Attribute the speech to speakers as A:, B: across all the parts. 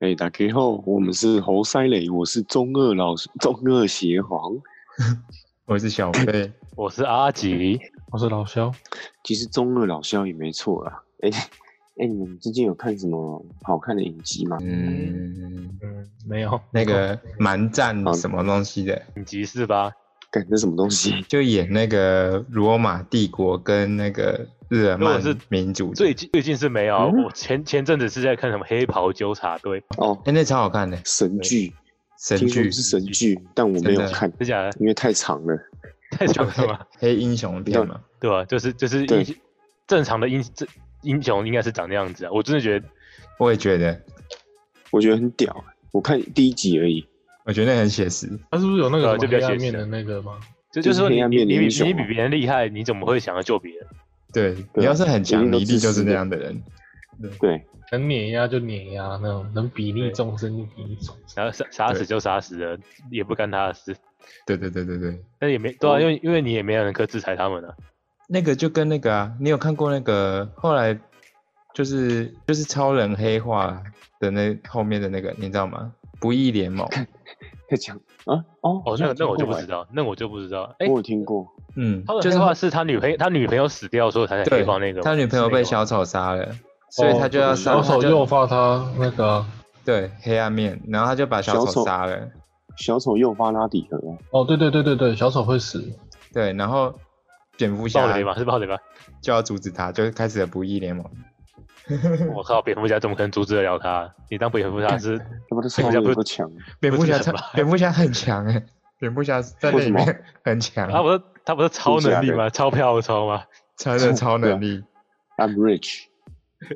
A: 哎打开后，我们是侯赛磊，我是中二老师，中二邪皇。
B: 我是小飞，
C: 我是阿吉，
D: 我是老肖。
A: 其实中二老肖也没错啦。哎、哎、你们最近有看什么好看的影集吗？
B: 嗯，
D: 嗯，没有
B: 那个蛮战什么东西的，
C: 影集是吧？
A: 干这什么东西？
B: 就演那个罗马帝国跟那个日耳曼
C: 如果是
B: 民族的
C: 最近最近是没有，
A: 嗯
C: 我前前阵子是在看什么《黑袍纠察队》，
A: 哦，
B: 哎、那超好看的
A: 神剧，
B: 神
A: 听说
B: 剧，
A: 是神剧，但我没有
B: 真的
A: 看，
C: 是假的？
A: 因为太长了。
C: 太长了吧？
B: 黑英雄片嘛，
C: 对吧、就是就是
A: 对
C: 英正常的英这英雄应该是长那样子啊，我真的觉得
B: 我也觉得，
A: 我觉得很屌。我看第一集而已，
B: 我觉得那很写实。
D: 他是不是有那
C: 对啊
D: 个
C: 就
D: 什
C: 比较
D: 么黑暗
C: 写
D: 面
C: 实
D: 的那个吗？
C: 就
A: 就是
C: 就是说
A: 黑
C: 你
A: 暗
C: 你
A: 面的
C: 你
A: 英
C: 比
A: 雄
C: 你
A: 啊
C: 比别人厉害，你怎么会想要救别人？
B: 对你要是很强，你一定就是那样的人。
A: 对，
D: 能碾压就碾压那种，能比例众生就比例众生。
C: 然后杀杀死
B: 对
C: 就杀死人，也不干他的事，
B: 对对对对对，
C: 但也没对啊，
A: 哦
C: 因为因为你也没有人可制裁他们啊。
B: 那个就跟那个啊，你有看过那个后来就是就是超人黑化的那后面的那个，你知道吗？不义联 盟，
A: 在讲啊哦，
C: 哦，那个那我就不知
A: 道，
C: 道，那我就不知道。哎、
A: 我有听过，
B: 嗯，
C: 他们
B: 就是
C: 黑化是他女朋友，他女朋友死掉，所以才才
B: 对
C: 黑化那个吗。
B: 他女朋友被
C: 是那个吗
B: 小丑杀了，
C: 哦
B: 所以他就要杀
D: 哦小丑
A: 哦
B: 他就
D: 诱发他那个啊、
B: 对黑暗面，然后他就把小
A: 小丑
B: 丑杀了，
A: 哎小丑诱发拉底河啊，
D: 哦，对对对对对，小丑会死。
B: 对，然后蝙蝠
C: 暴
B: 侠
C: 雷吧，是暴雷吧？
B: 就要阻止他，就开始了不义联盟。
C: 我靠，蝙蝠侠怎么可能阻止得了他？你当蝙蝠侠 是
A: 他妈的 超
C: 这
A: 人
C: 不是
A: 都强，
B: 蝙蝠侠
C: 不是
B: 超
C: 吧
B: 蝙蝠侠很强哎、蝙蝠侠在那
A: 为什
B: 里
A: 么
B: 面很强，
C: 他不是他不是超
D: 啊
C: 能力吗？超票超吗？
B: 超的超
A: 啊
B: 能力。
A: I'm rich,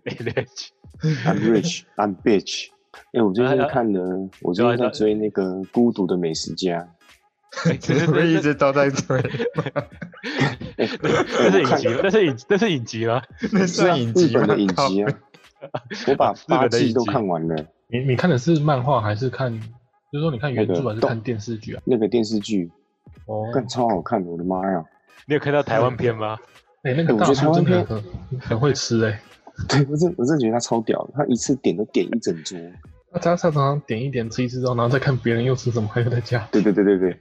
C: 哎对
A: I'm rich, I'm bitch。哎、我最近看了，我
C: 啊
A: 最近在追那个《孤独的美食家》
C: 哎
B: 只
C: 这
B: 是
C: 是
B: 会一
C: 这
B: 直都在追，
C: 这是影集吗？那是影那是影集
B: 那算影集
C: 吗？
A: 啊日
B: 吗
A: 本？的影集啊，我把
C: 日
A: 八
C: 本的影
A: 季
C: 集
A: 都看完了。
D: 你你看的是漫画还是看？就是说你看原著还是看电视剧啊？
A: 那个电视剧
D: 哦，
A: 更超好看，我的妈呀！
C: 你有看到台湾片吗？
D: 哎、那个
A: 我觉
D: 大
A: 得台
D: 叔
A: 湾
D: 真
A: 片
D: 的很很会吃哎、
A: 对，我真我真的觉得他超屌的，他一次点都点一整桌。
D: 那他常常点一点吃一吃之后，然后再看别人又吃什么，还有在加。
A: 对对对对对，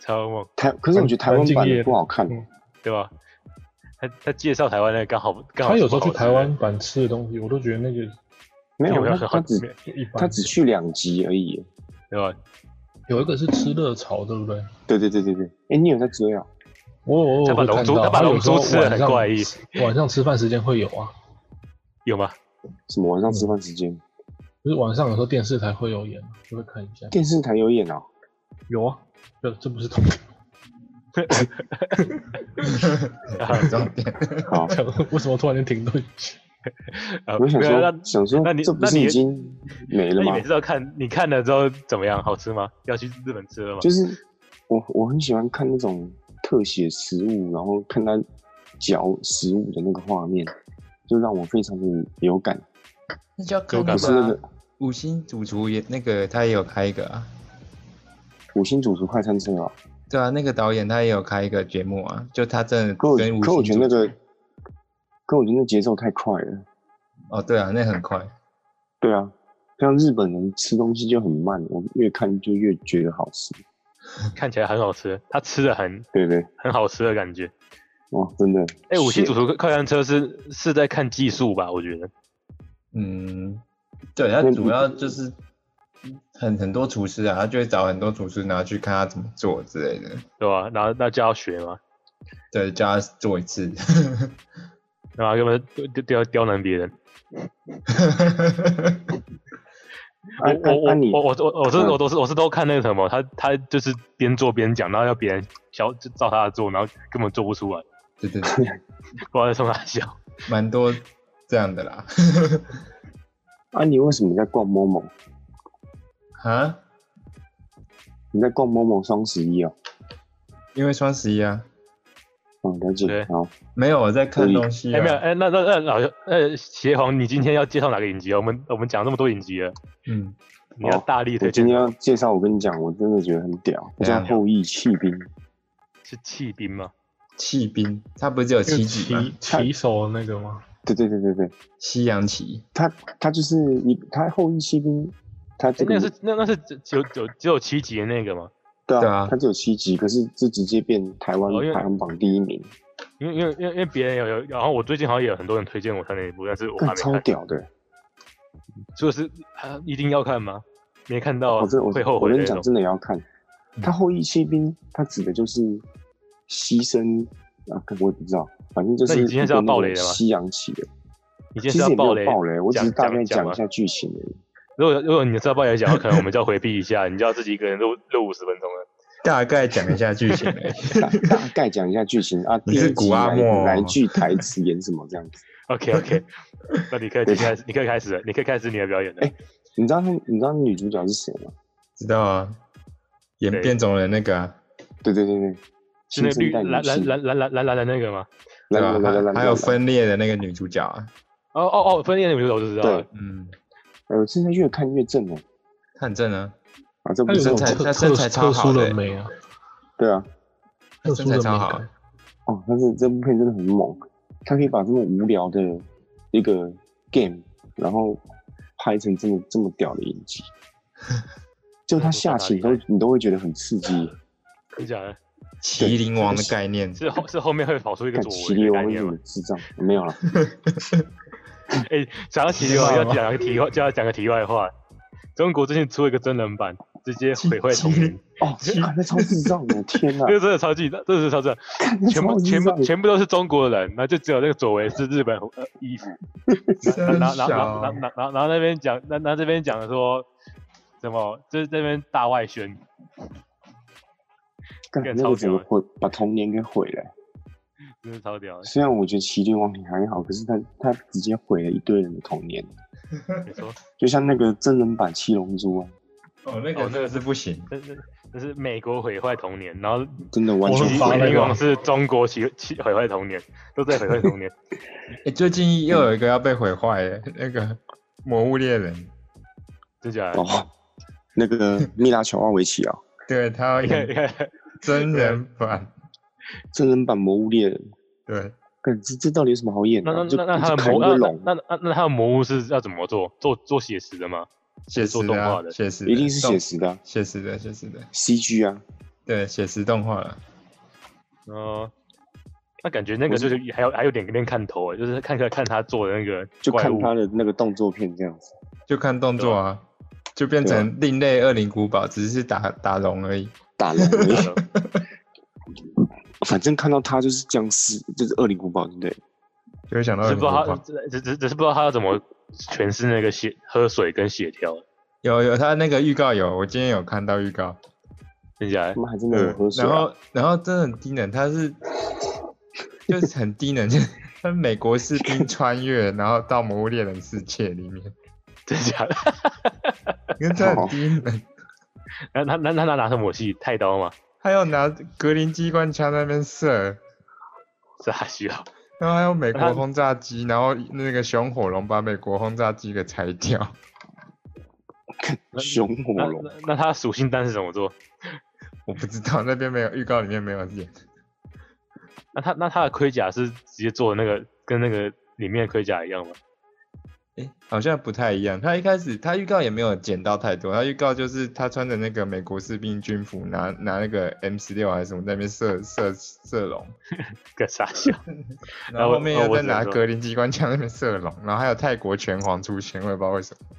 C: 超猛，
A: 台可是我觉得台湾版的不好看
D: 蛮，敬业
C: 对吧？他他介绍台湾那个刚好刚好
D: 他
C: 是
D: 有
C: 不
D: 时候
C: 好
D: 去
C: 吃
D: 台
C: 的
D: 湾版吃的东西，我都觉得那个
A: 没
C: 有
A: 有
C: 没有
A: 他
C: 很好
A: 他只
D: 就一般。
A: 他只去两集而已。
C: 对吧？
D: 有一个是吃热炒，对不对？
A: 对对对对对，哎，你有在追啊？
D: 我我
C: 他
D: 哦我
C: 把
D: 会
C: 龙
D: 看
C: 珠
D: 到，
C: 他把
D: 他有
C: 龙
D: 时候
C: 珠吃得很
D: 晚上
C: 怪异，
D: 晚上吃饭时间会有啊，
C: 有吗？
A: 什么晚上吃饭时间？
D: 就是晚上有时候电视台会有演，啊就会看一下。
A: 电视台有演啊？
D: 有啊，这这不是重点，嗯
B: 重点。
A: 好，
D: 想说 为什么突然间停顿？
C: 啊
A: 我想
C: 嗯没有那
A: 说想说
C: 那你，
A: 这不
C: 那
A: 是
C: 你
A: 已经没
C: 那
A: 了
C: 你
A: 吗
C: 每？次都看，你看了之后怎么样？好吃吗？要去日本吃了吗？
A: 就是我我很喜欢看那种特写食物，然后看它嚼食物的那个画面，就让我非常的有感。
B: 那叫
C: 有
A: 不
C: 感干嘛
A: 是那个
B: 五星主厨也那个他也有开一个啊，
A: 五星主厨快餐车啊，
B: 对啊，那个导演他也有开一个节目啊，就他真的
A: 可我
B: 跟五
A: 可我觉
B: 星
A: 得
B: 主
A: 那
B: 厨
A: 个，可我觉得那节奏太快了。
B: 哦对啊，那很快，
A: 对啊，像日本人吃东西就很慢，我越看就越觉得好吃。
C: 看起来很好吃，他吃的很
A: 对对，
C: 很好吃的感觉。
A: 哇，真的。
C: 哎，五星
A: 是
C: 主厨快餐车是是在看技术吧？我觉得
B: 嗯，对他
A: 那
B: 主要就是很很多厨师啊，他就会找很多厨师，然后去看他怎么做之类的，
C: 对吧？然后那就要学嘛，
B: 对，叫他做一次。
C: 然后根本就刁刁难别人。
A: 啊
C: 我我
A: 啊啊你
C: 我我我我我是
A: 嗯
C: 我都是我是都看那个什么，他他就是边做边讲，然后要别人教就照他的做，然后根本做不出来，
B: 对对对，
C: 不知道在冲他 笑。
B: 蛮多这样的啦。
A: 啊你为什么在逛 MOMO？
B: 啊，
A: 你在逛 MOMO 双十一啊？
B: 因为双十一啊，
A: 哦，了解
C: 对。
A: 好，
B: 没有我在看东西、
C: 哎、
B: 啊。
C: 没有，哎、那那那老呃邪皇，你今天要介绍哪个影集啊？我们我们讲那么多影集了，
B: 嗯，
C: 你要
A: 哦
C: 大力
A: 我
C: 推
A: 今
C: 荐、
A: 天要介绍，我跟你讲，我真的觉得很屌。我
B: 怎
A: 叫
B: 样
A: 后羿弃兵，
C: 是弃兵吗？
B: 弃兵，它不是有七集吗？
D: 骑骑手那个吗？
A: 对对对对对，
B: 西洋棋，
A: 他他就是你，他后羿弃兵，他这
C: 哎那
A: 个、
C: 个是那那是只只有只有只有七集的那个吗？
A: 对啊，
B: 对啊
A: 他只有七集，可是这直接变台湾
C: 哦因为
A: 排行榜第一名，
C: 因为因为因为因为别人有有，然后我最近好像也有很多人推荐我看那一部，但是我还
A: 干
C: 没
A: 超
C: 看，
A: 屌的。
C: 就是啊一定要看吗？没看到
A: 我真的
C: 哦会
A: 我
C: 后
A: 我
C: 悔
A: 跟
C: 的
A: 你
C: 那
A: 讲，
C: 种。嗯
A: 真的也要看。他后羿弃兵，他指的就是牺牲啊，我也不知道，反正就是
C: 那你今天是要
A: 一个那
C: 爆
A: 个
C: 雷的吗
A: 西洋棋的。
C: 你今
A: 其
C: 天
A: 实
C: 是
A: 也没
C: 要爆
A: 有
C: 雷？
A: 爆雷，我只
C: 讲
A: 是大概
C: 讲
A: 讲
C: 吗
A: 一下剧情而已。
C: 如果如果你是要爆雷讲，可能我们就要回避一下，你就要自己一个人录录五十分钟了。
B: 大概讲一下剧情而已。
A: 大大概讲一下剧情啊，
B: 你
A: 第
B: 是
A: 一集
B: 古阿
A: 哪
B: 莫哦
A: 哪一句台词演什么这样子？
C: OK OK，那你可以开始，你可以开始了，你可以开始你的表演了。
A: 哎你知道那你知道女主角是谁吗？
B: 知道啊，演
C: 对
B: 变种人那个啊、
A: 对对对对，
C: 是那个
A: 新
C: 绿
A: 生代
C: 蓝
A: 女
C: 蓝
A: 性，
C: 蓝蓝蓝蓝蓝的那个吗？
A: 来
B: 对吧
A: 来来来来，
B: 还还有分裂的那个女主角啊，
C: 哦哦哦，分裂的名字我就知道了
A: 对。，
B: 嗯，
A: 呃，现在越看越正了哦
B: 她很正啊，
A: 啊，这不
D: 他有
A: 是
D: 种
B: 身
A: 我
B: 材
D: 特
B: 她身材
D: 特
B: 超
D: 特
B: 好
D: 殊
B: 的
D: 的美啊，
A: 对啊，
D: 特殊
B: 身
D: 的
B: 材
D: 美
B: 超好
D: 感，
A: 哦，但是这部片真的很猛，它可以把这么无聊的一个 game，然后拍成这么这么屌的演 技，就它下棋你都你都会觉得很刺激。
C: 你讲的
B: 麒麟王的概 念，
C: 是后是后面会跑出一个
A: 看
C: 左
A: 麒
C: 文
A: 麟
C: 的概
A: 王是
C: 念啊吗
A: 么？智障，没有了。
C: 哎，想要提完
B: 知
C: 要
B: 道吗
C: 讲个题外，就要讲个题外话。中国最近出了一个真人版，直接毁坏童
B: 麒
C: 年
B: 麟，
A: 哦，看那超智障的，天哪
C: 这！个真的超级，这是超级，
A: 看那
C: 全
A: 超
C: 部
A: 智
C: 全
A: 障
C: 部，全部都是中国人，那就只有那个左为是日本呃衣服，然后然后然后然后然后然后然后那边讲，然后然后这边讲说什么，就是这边大外宣，
A: 干
C: 干
A: 那
C: 超
A: 个整个
C: 屌的
A: 毁把童年给毁了。
C: 真是超屌的，
A: 虽然我觉得麒麟王还好，可是他他直接毁了一堆人的童年，
C: 没错。
A: 就像那个真人版七龙珠啊，
B: 哦，那个
C: 哦
B: 那个是不 行，
C: 这是这是美国毁坏童年，然后
A: 真的完
D: 我
A: 全
D: 很
A: 毁
D: 发
A: 了
D: 那
C: 以
D: 个
C: 往是中国起起毁坏童年，都在毁坏童年。
B: 诶最近又有一个要被毁坏的，那个《魔物猎人》，
C: 真假的？
A: 哦。那个密拉乔瓦维奇啊，
B: 对他要
C: 你看你
B: 演
C: 看，
B: 真人版，
A: 真人版魔物猎人，
B: 对，
A: 干这这到底有什么好演
C: 那
A: 的、
C: 那
A: 啊？就
C: 那那
A: 就
C: 他的
A: 砍一
C: 魔
A: 个
C: 那
A: 龙，
C: 那那那那他的魔物是要怎么做？做做写实的吗？
B: 写实
C: 做动
B: 的啊
C: 画的，
B: 写实的
A: 一定是
B: 动
A: 写实的啊、
B: 写实的，写实的，
A: CG 啊，
B: 对，写实动画了。
C: 嗯，那感觉那个
A: 我是
C: 就是还有还有点有点看头欸，就是看看看他做的那个
A: 就
C: 怪
A: 看
C: 物，
A: 他的那个动作片这样子。
B: 就看动作啊，就变成另类恶灵古堡，只是打打龙而已。
A: 打龙而
C: 打
A: 已，反正看到他就是僵尸，就是恶灵古堡，对不对？
B: 就会想到
C: 只
B: 恶灵
C: 是不
B: 古
C: 知道他
B: 堡。
C: 只只只只是不知道他要怎么诠释那个血喝水跟血条，
B: 有有，他那个预告有，我今天有看到预告。
C: 真假的
A: 他？们还真的很喝水、
B: 哦然
A: 啊。
B: 后然后真的很低能，他是就是很低能，就是他美国士兵穿越，然后到魔物猎人世界里面，
C: 真假的？
B: 因为他很低能，
C: 那他那那他拿什么武器？太刀吗？
B: 他要拿格林机关枪在那边射。
C: 是他需要。
B: 然后还有美
C: 那
B: 国
C: 他
B: 轰炸机，然后那个熊火龙把美国轰炸机给拆掉，
C: 那
A: 熊火
C: 那
A: 龙
C: 那那它属性单是怎么做？
B: 我不知道那边没有预告里面没有演。
C: 那它那它的盔甲是直接做那个跟那个里面的盔甲一样吗？
B: 诶，好像不太一样。他一开始他预告也没有剪到太多，他预告就是他穿着那个美国士兵军服，拿拿那个 M 十六还是什么在那边射射射龙，
C: 个傻笑，
B: 然后
C: 我
B: 后面
C: 哦
B: 又
C: 我
B: 在
C: 知
B: 拿
C: 道
B: 格林机关枪在那边射龙，然后还有泰国拳皇出现，我也不知道为什么。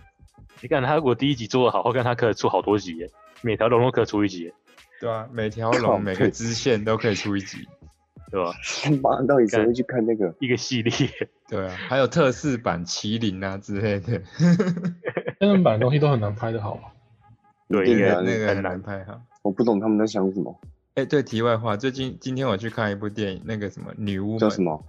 C: 你看他如果第一集做的好，我看他可以出好多集耶，每条龙都可以出一集耶，
B: 对啊，每条
A: 靠
B: 龙每个
A: 背
B: 支线都可以出一集。
C: 对吧？
A: 妈，到底谁会去看那个？
C: 一个系列，
B: 对啊，还有特仕版麒麟啊之类的，
D: 真人版的东西都很难拍的好啊。
C: 对，
A: 一
C: 应
A: 定啊
C: 该
A: 的
B: 那个
C: 很
B: 很
C: 难
B: 难拍哈。
A: 我不懂他们在想什么，
B: 哎、对，题外话，最近今天我去看一部电影，那个什么女巫
A: 叫
B: 们，
A: 什么？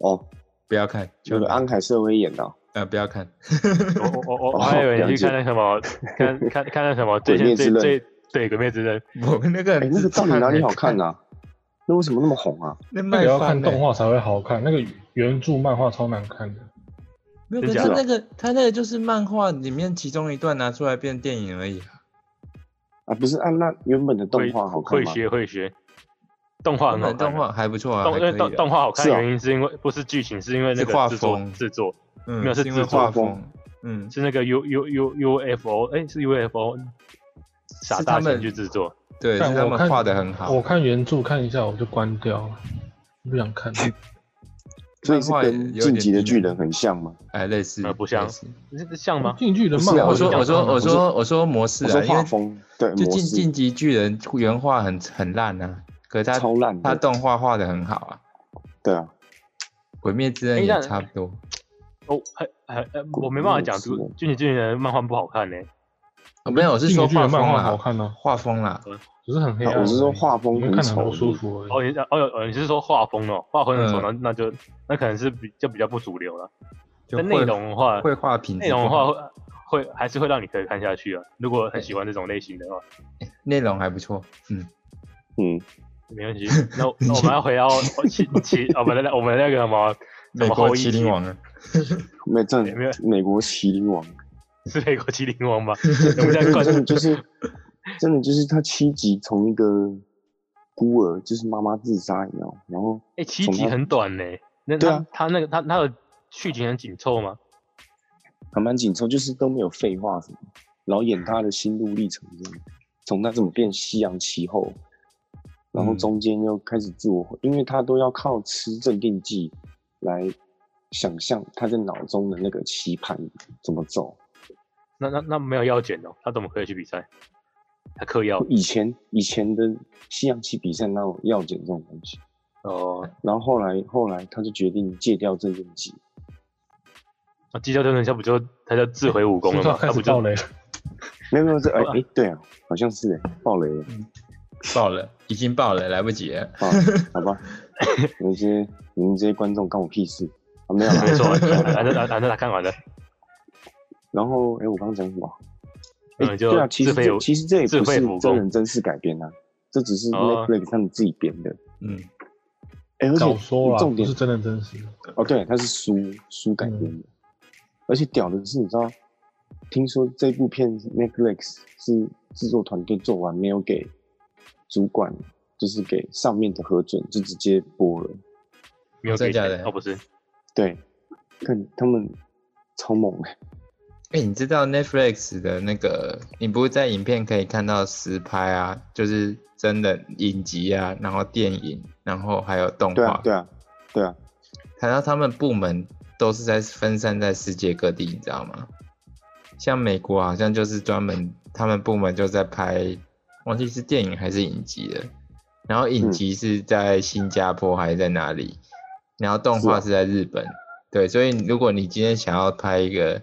A: 哦，
B: 不要看，
A: 就
B: 就是
A: 安海瑟薇演的哦、
B: 呃不要看，
C: 我我我我
A: 哦
C: 还以为你去
A: 了解
C: 看那什 么，看看看那什么，最
A: 鬼灭
C: 近
A: 之
C: 最
A: 刃
C: 最对《鬼灭之刃》，
B: 我那个
A: 哎、
B: 很
A: 那个
B: 智
A: 到底
B: 障
A: 哪里
B: 欸
A: 好看啊？那为什么那么红啊？
B: 那
D: 那
B: 卖
D: 个要
B: 翻欸
D: 看动，画才会好看，那个原著漫画超难看的。
B: 没有，可
C: 真
B: 是
C: 假
B: 那
C: 的
B: 个他那个就是漫画里面其中一段拿出来变电影而已啊。
A: 啊，不是按、那原本的动画好看
C: 会
A: 吗？
C: 学会学，动画
B: 东
C: 很好
B: 南
C: 看
B: 动画还不错啊，
C: 动
B: 还
C: 因
B: 可
C: 为
B: 以
C: 动
B: 的
C: 动画好看
A: 是
C: 的
A: 哦
C: 原因是因为不是剧情，是因为
B: 是
C: 那
B: 画
C: 个制作
B: 风
C: 制作
B: 嗯，
C: 没有是
B: 因为
C: 制作
B: 画
A: 风
B: 风，嗯，
C: 是那个 U U U U F O，哎、是 U F O 傻
B: 是
C: 大
B: 他
C: 型
B: 们
C: 去制作，
B: 对，是
D: 但
B: 他
D: 我看
B: 们画的很好
D: 我，看原著看一下我就关掉了，不想看。
A: 所以是
B: 漫画也
A: 跟《
B: 有
A: 进
B: 点
A: 击的
B: 低
A: 巨
B: 迷
A: 人》很像吗？
B: 哎，类似
C: 呃不像
B: 类似
C: 是是像吗？
D: 进去的漫
A: 不是啊
D: 画
B: 我说我
D: 就想
B: 说
D: 看了
B: 我说我说模式
A: 我
B: 啊，
A: 说
B: 因
A: 画
B: 为
A: 风对
B: 就
A: 模
B: 进
A: 式
B: 进击巨人原画很很烂啊，可是他
A: 超烂
B: 他
A: 的，
B: 动画画的很好啊，
A: 对啊，
B: 鬼灭之刃
C: 哎那
B: 也差不多，
A: 嗯
C: 哦，还还呃我没办法讲，
A: 是的
C: 俊杰俊杰的漫画不好看呢、
B: 哦没有，我是
D: 进
B: 说
D: 击巨
B: 画
D: 人
B: 风啊
D: 漫画好
B: 啦，
D: 看啊呢，
B: 画风啦，
D: 只是很黑暗
A: 啊
D: 而已。
A: 我是说画风
D: 你会
A: 很
D: 看得
A: 丑
D: 很不舒服而已。
C: 哦，你哦哦哦，你是说画风哦，画风很丑，
B: 嗯
C: 那、那就那可能是比就比较不主流了。
B: 就
C: 但内
B: 绘
C: 容的话，
B: 绘画品质
C: 内容的
B: 不好
C: 话会会还是会让你可以看下去啊。如果很喜欢这种类型的话，
B: 内容还不错，嗯，
A: 嗯，
C: 没问题。那我那我们要回到奇奇，我们的我们那个什么
B: 美国麒麟王啊，
A: 没有这
C: 没有
A: 美国麒麟 王，
C: 是美国麒麟王吗？我们现在关
A: 真
C: 注
A: 的就是真的就是他七集从一个孤儿，就是妈妈自杀，你知道吗，然后
C: 哎、七集很短呢、那
A: 对
C: 他、
A: 啊
C: 他那个他他的剧情很紧凑吗？
A: 还蛮紧凑，就是都没有废话什么，然后演他的心路历程这样，从他怎么变西洋棋后，然后
B: 嗯
A: 中间又开始自我，因为他都要靠吃镇定剂来想象他在脑中的那个棋盘怎么走。
C: 那那那没有药检哦，他怎么可以去比赛？他嗑药
A: 以前以前的西洋棋比赛那种药检这种东西，
C: 哦，
A: 然后后来后来他就决定戒掉镇定剂，
C: 那基教哦真人他不就他就自毁武功
D: 是
C: 了
D: 不
C: 吗？
D: 是要
C: 他
D: 开
C: 不
D: 始
C: 就
D: 爆雷了，
A: 没有没有这哎
C: 哇
A: 哎对啊，好像是哎爆雷了，
B: 爆了，已经爆了，来不及了，
A: 啊好 吧，你们这些你们这些观众干我屁事啊没有啦
C: 没 错，反正反正他看完了，
A: 然后，哎、我刚刚讲什么啊？
C: 嗯
A: 诶
C: 就
A: 对啊，其实
C: 自废
A: 这
C: 武
A: 其实这也
C: 自
A: 不
C: 废
A: 是
C: 武
A: 真
C: 功
A: 人真事改编啊，这只是
C: 哦
A: Netflix 他们自己编的。
B: 嗯，
A: 哎、而
D: 早
A: 且
D: 说啦，
A: 重
D: 不
A: 点
D: 是真人嗯真实的。
A: 哦，对，它是书书改编的，而且屌的是，你知道，听说这部片 Netflix 是制作团队做完没有给主管，就是给上面的核准，就直接播了。
C: 没有
B: 真
C: 给
B: 的假
C: 钱
B: 的
C: 哦，不是，
A: 对，看他们超猛的，
B: 哎、你知道 Netflix 的那个，你不是在影片可以看到实拍啊，就是真的影集啊，然后电影，然后还有动
A: 对
B: 画
A: 啊，，对啊，对啊，
B: 谈到他们部门都是在分散在世界各地，你知道吗？像美国好像就是专门他们部门就在拍，忘记是电影还是影集了。然后影
A: 嗯
B: 集是在新加坡还是在哪里？然后动
A: 是
B: 画
A: 哦
B: 是在日本。对，所以如果你今天想要拍一个，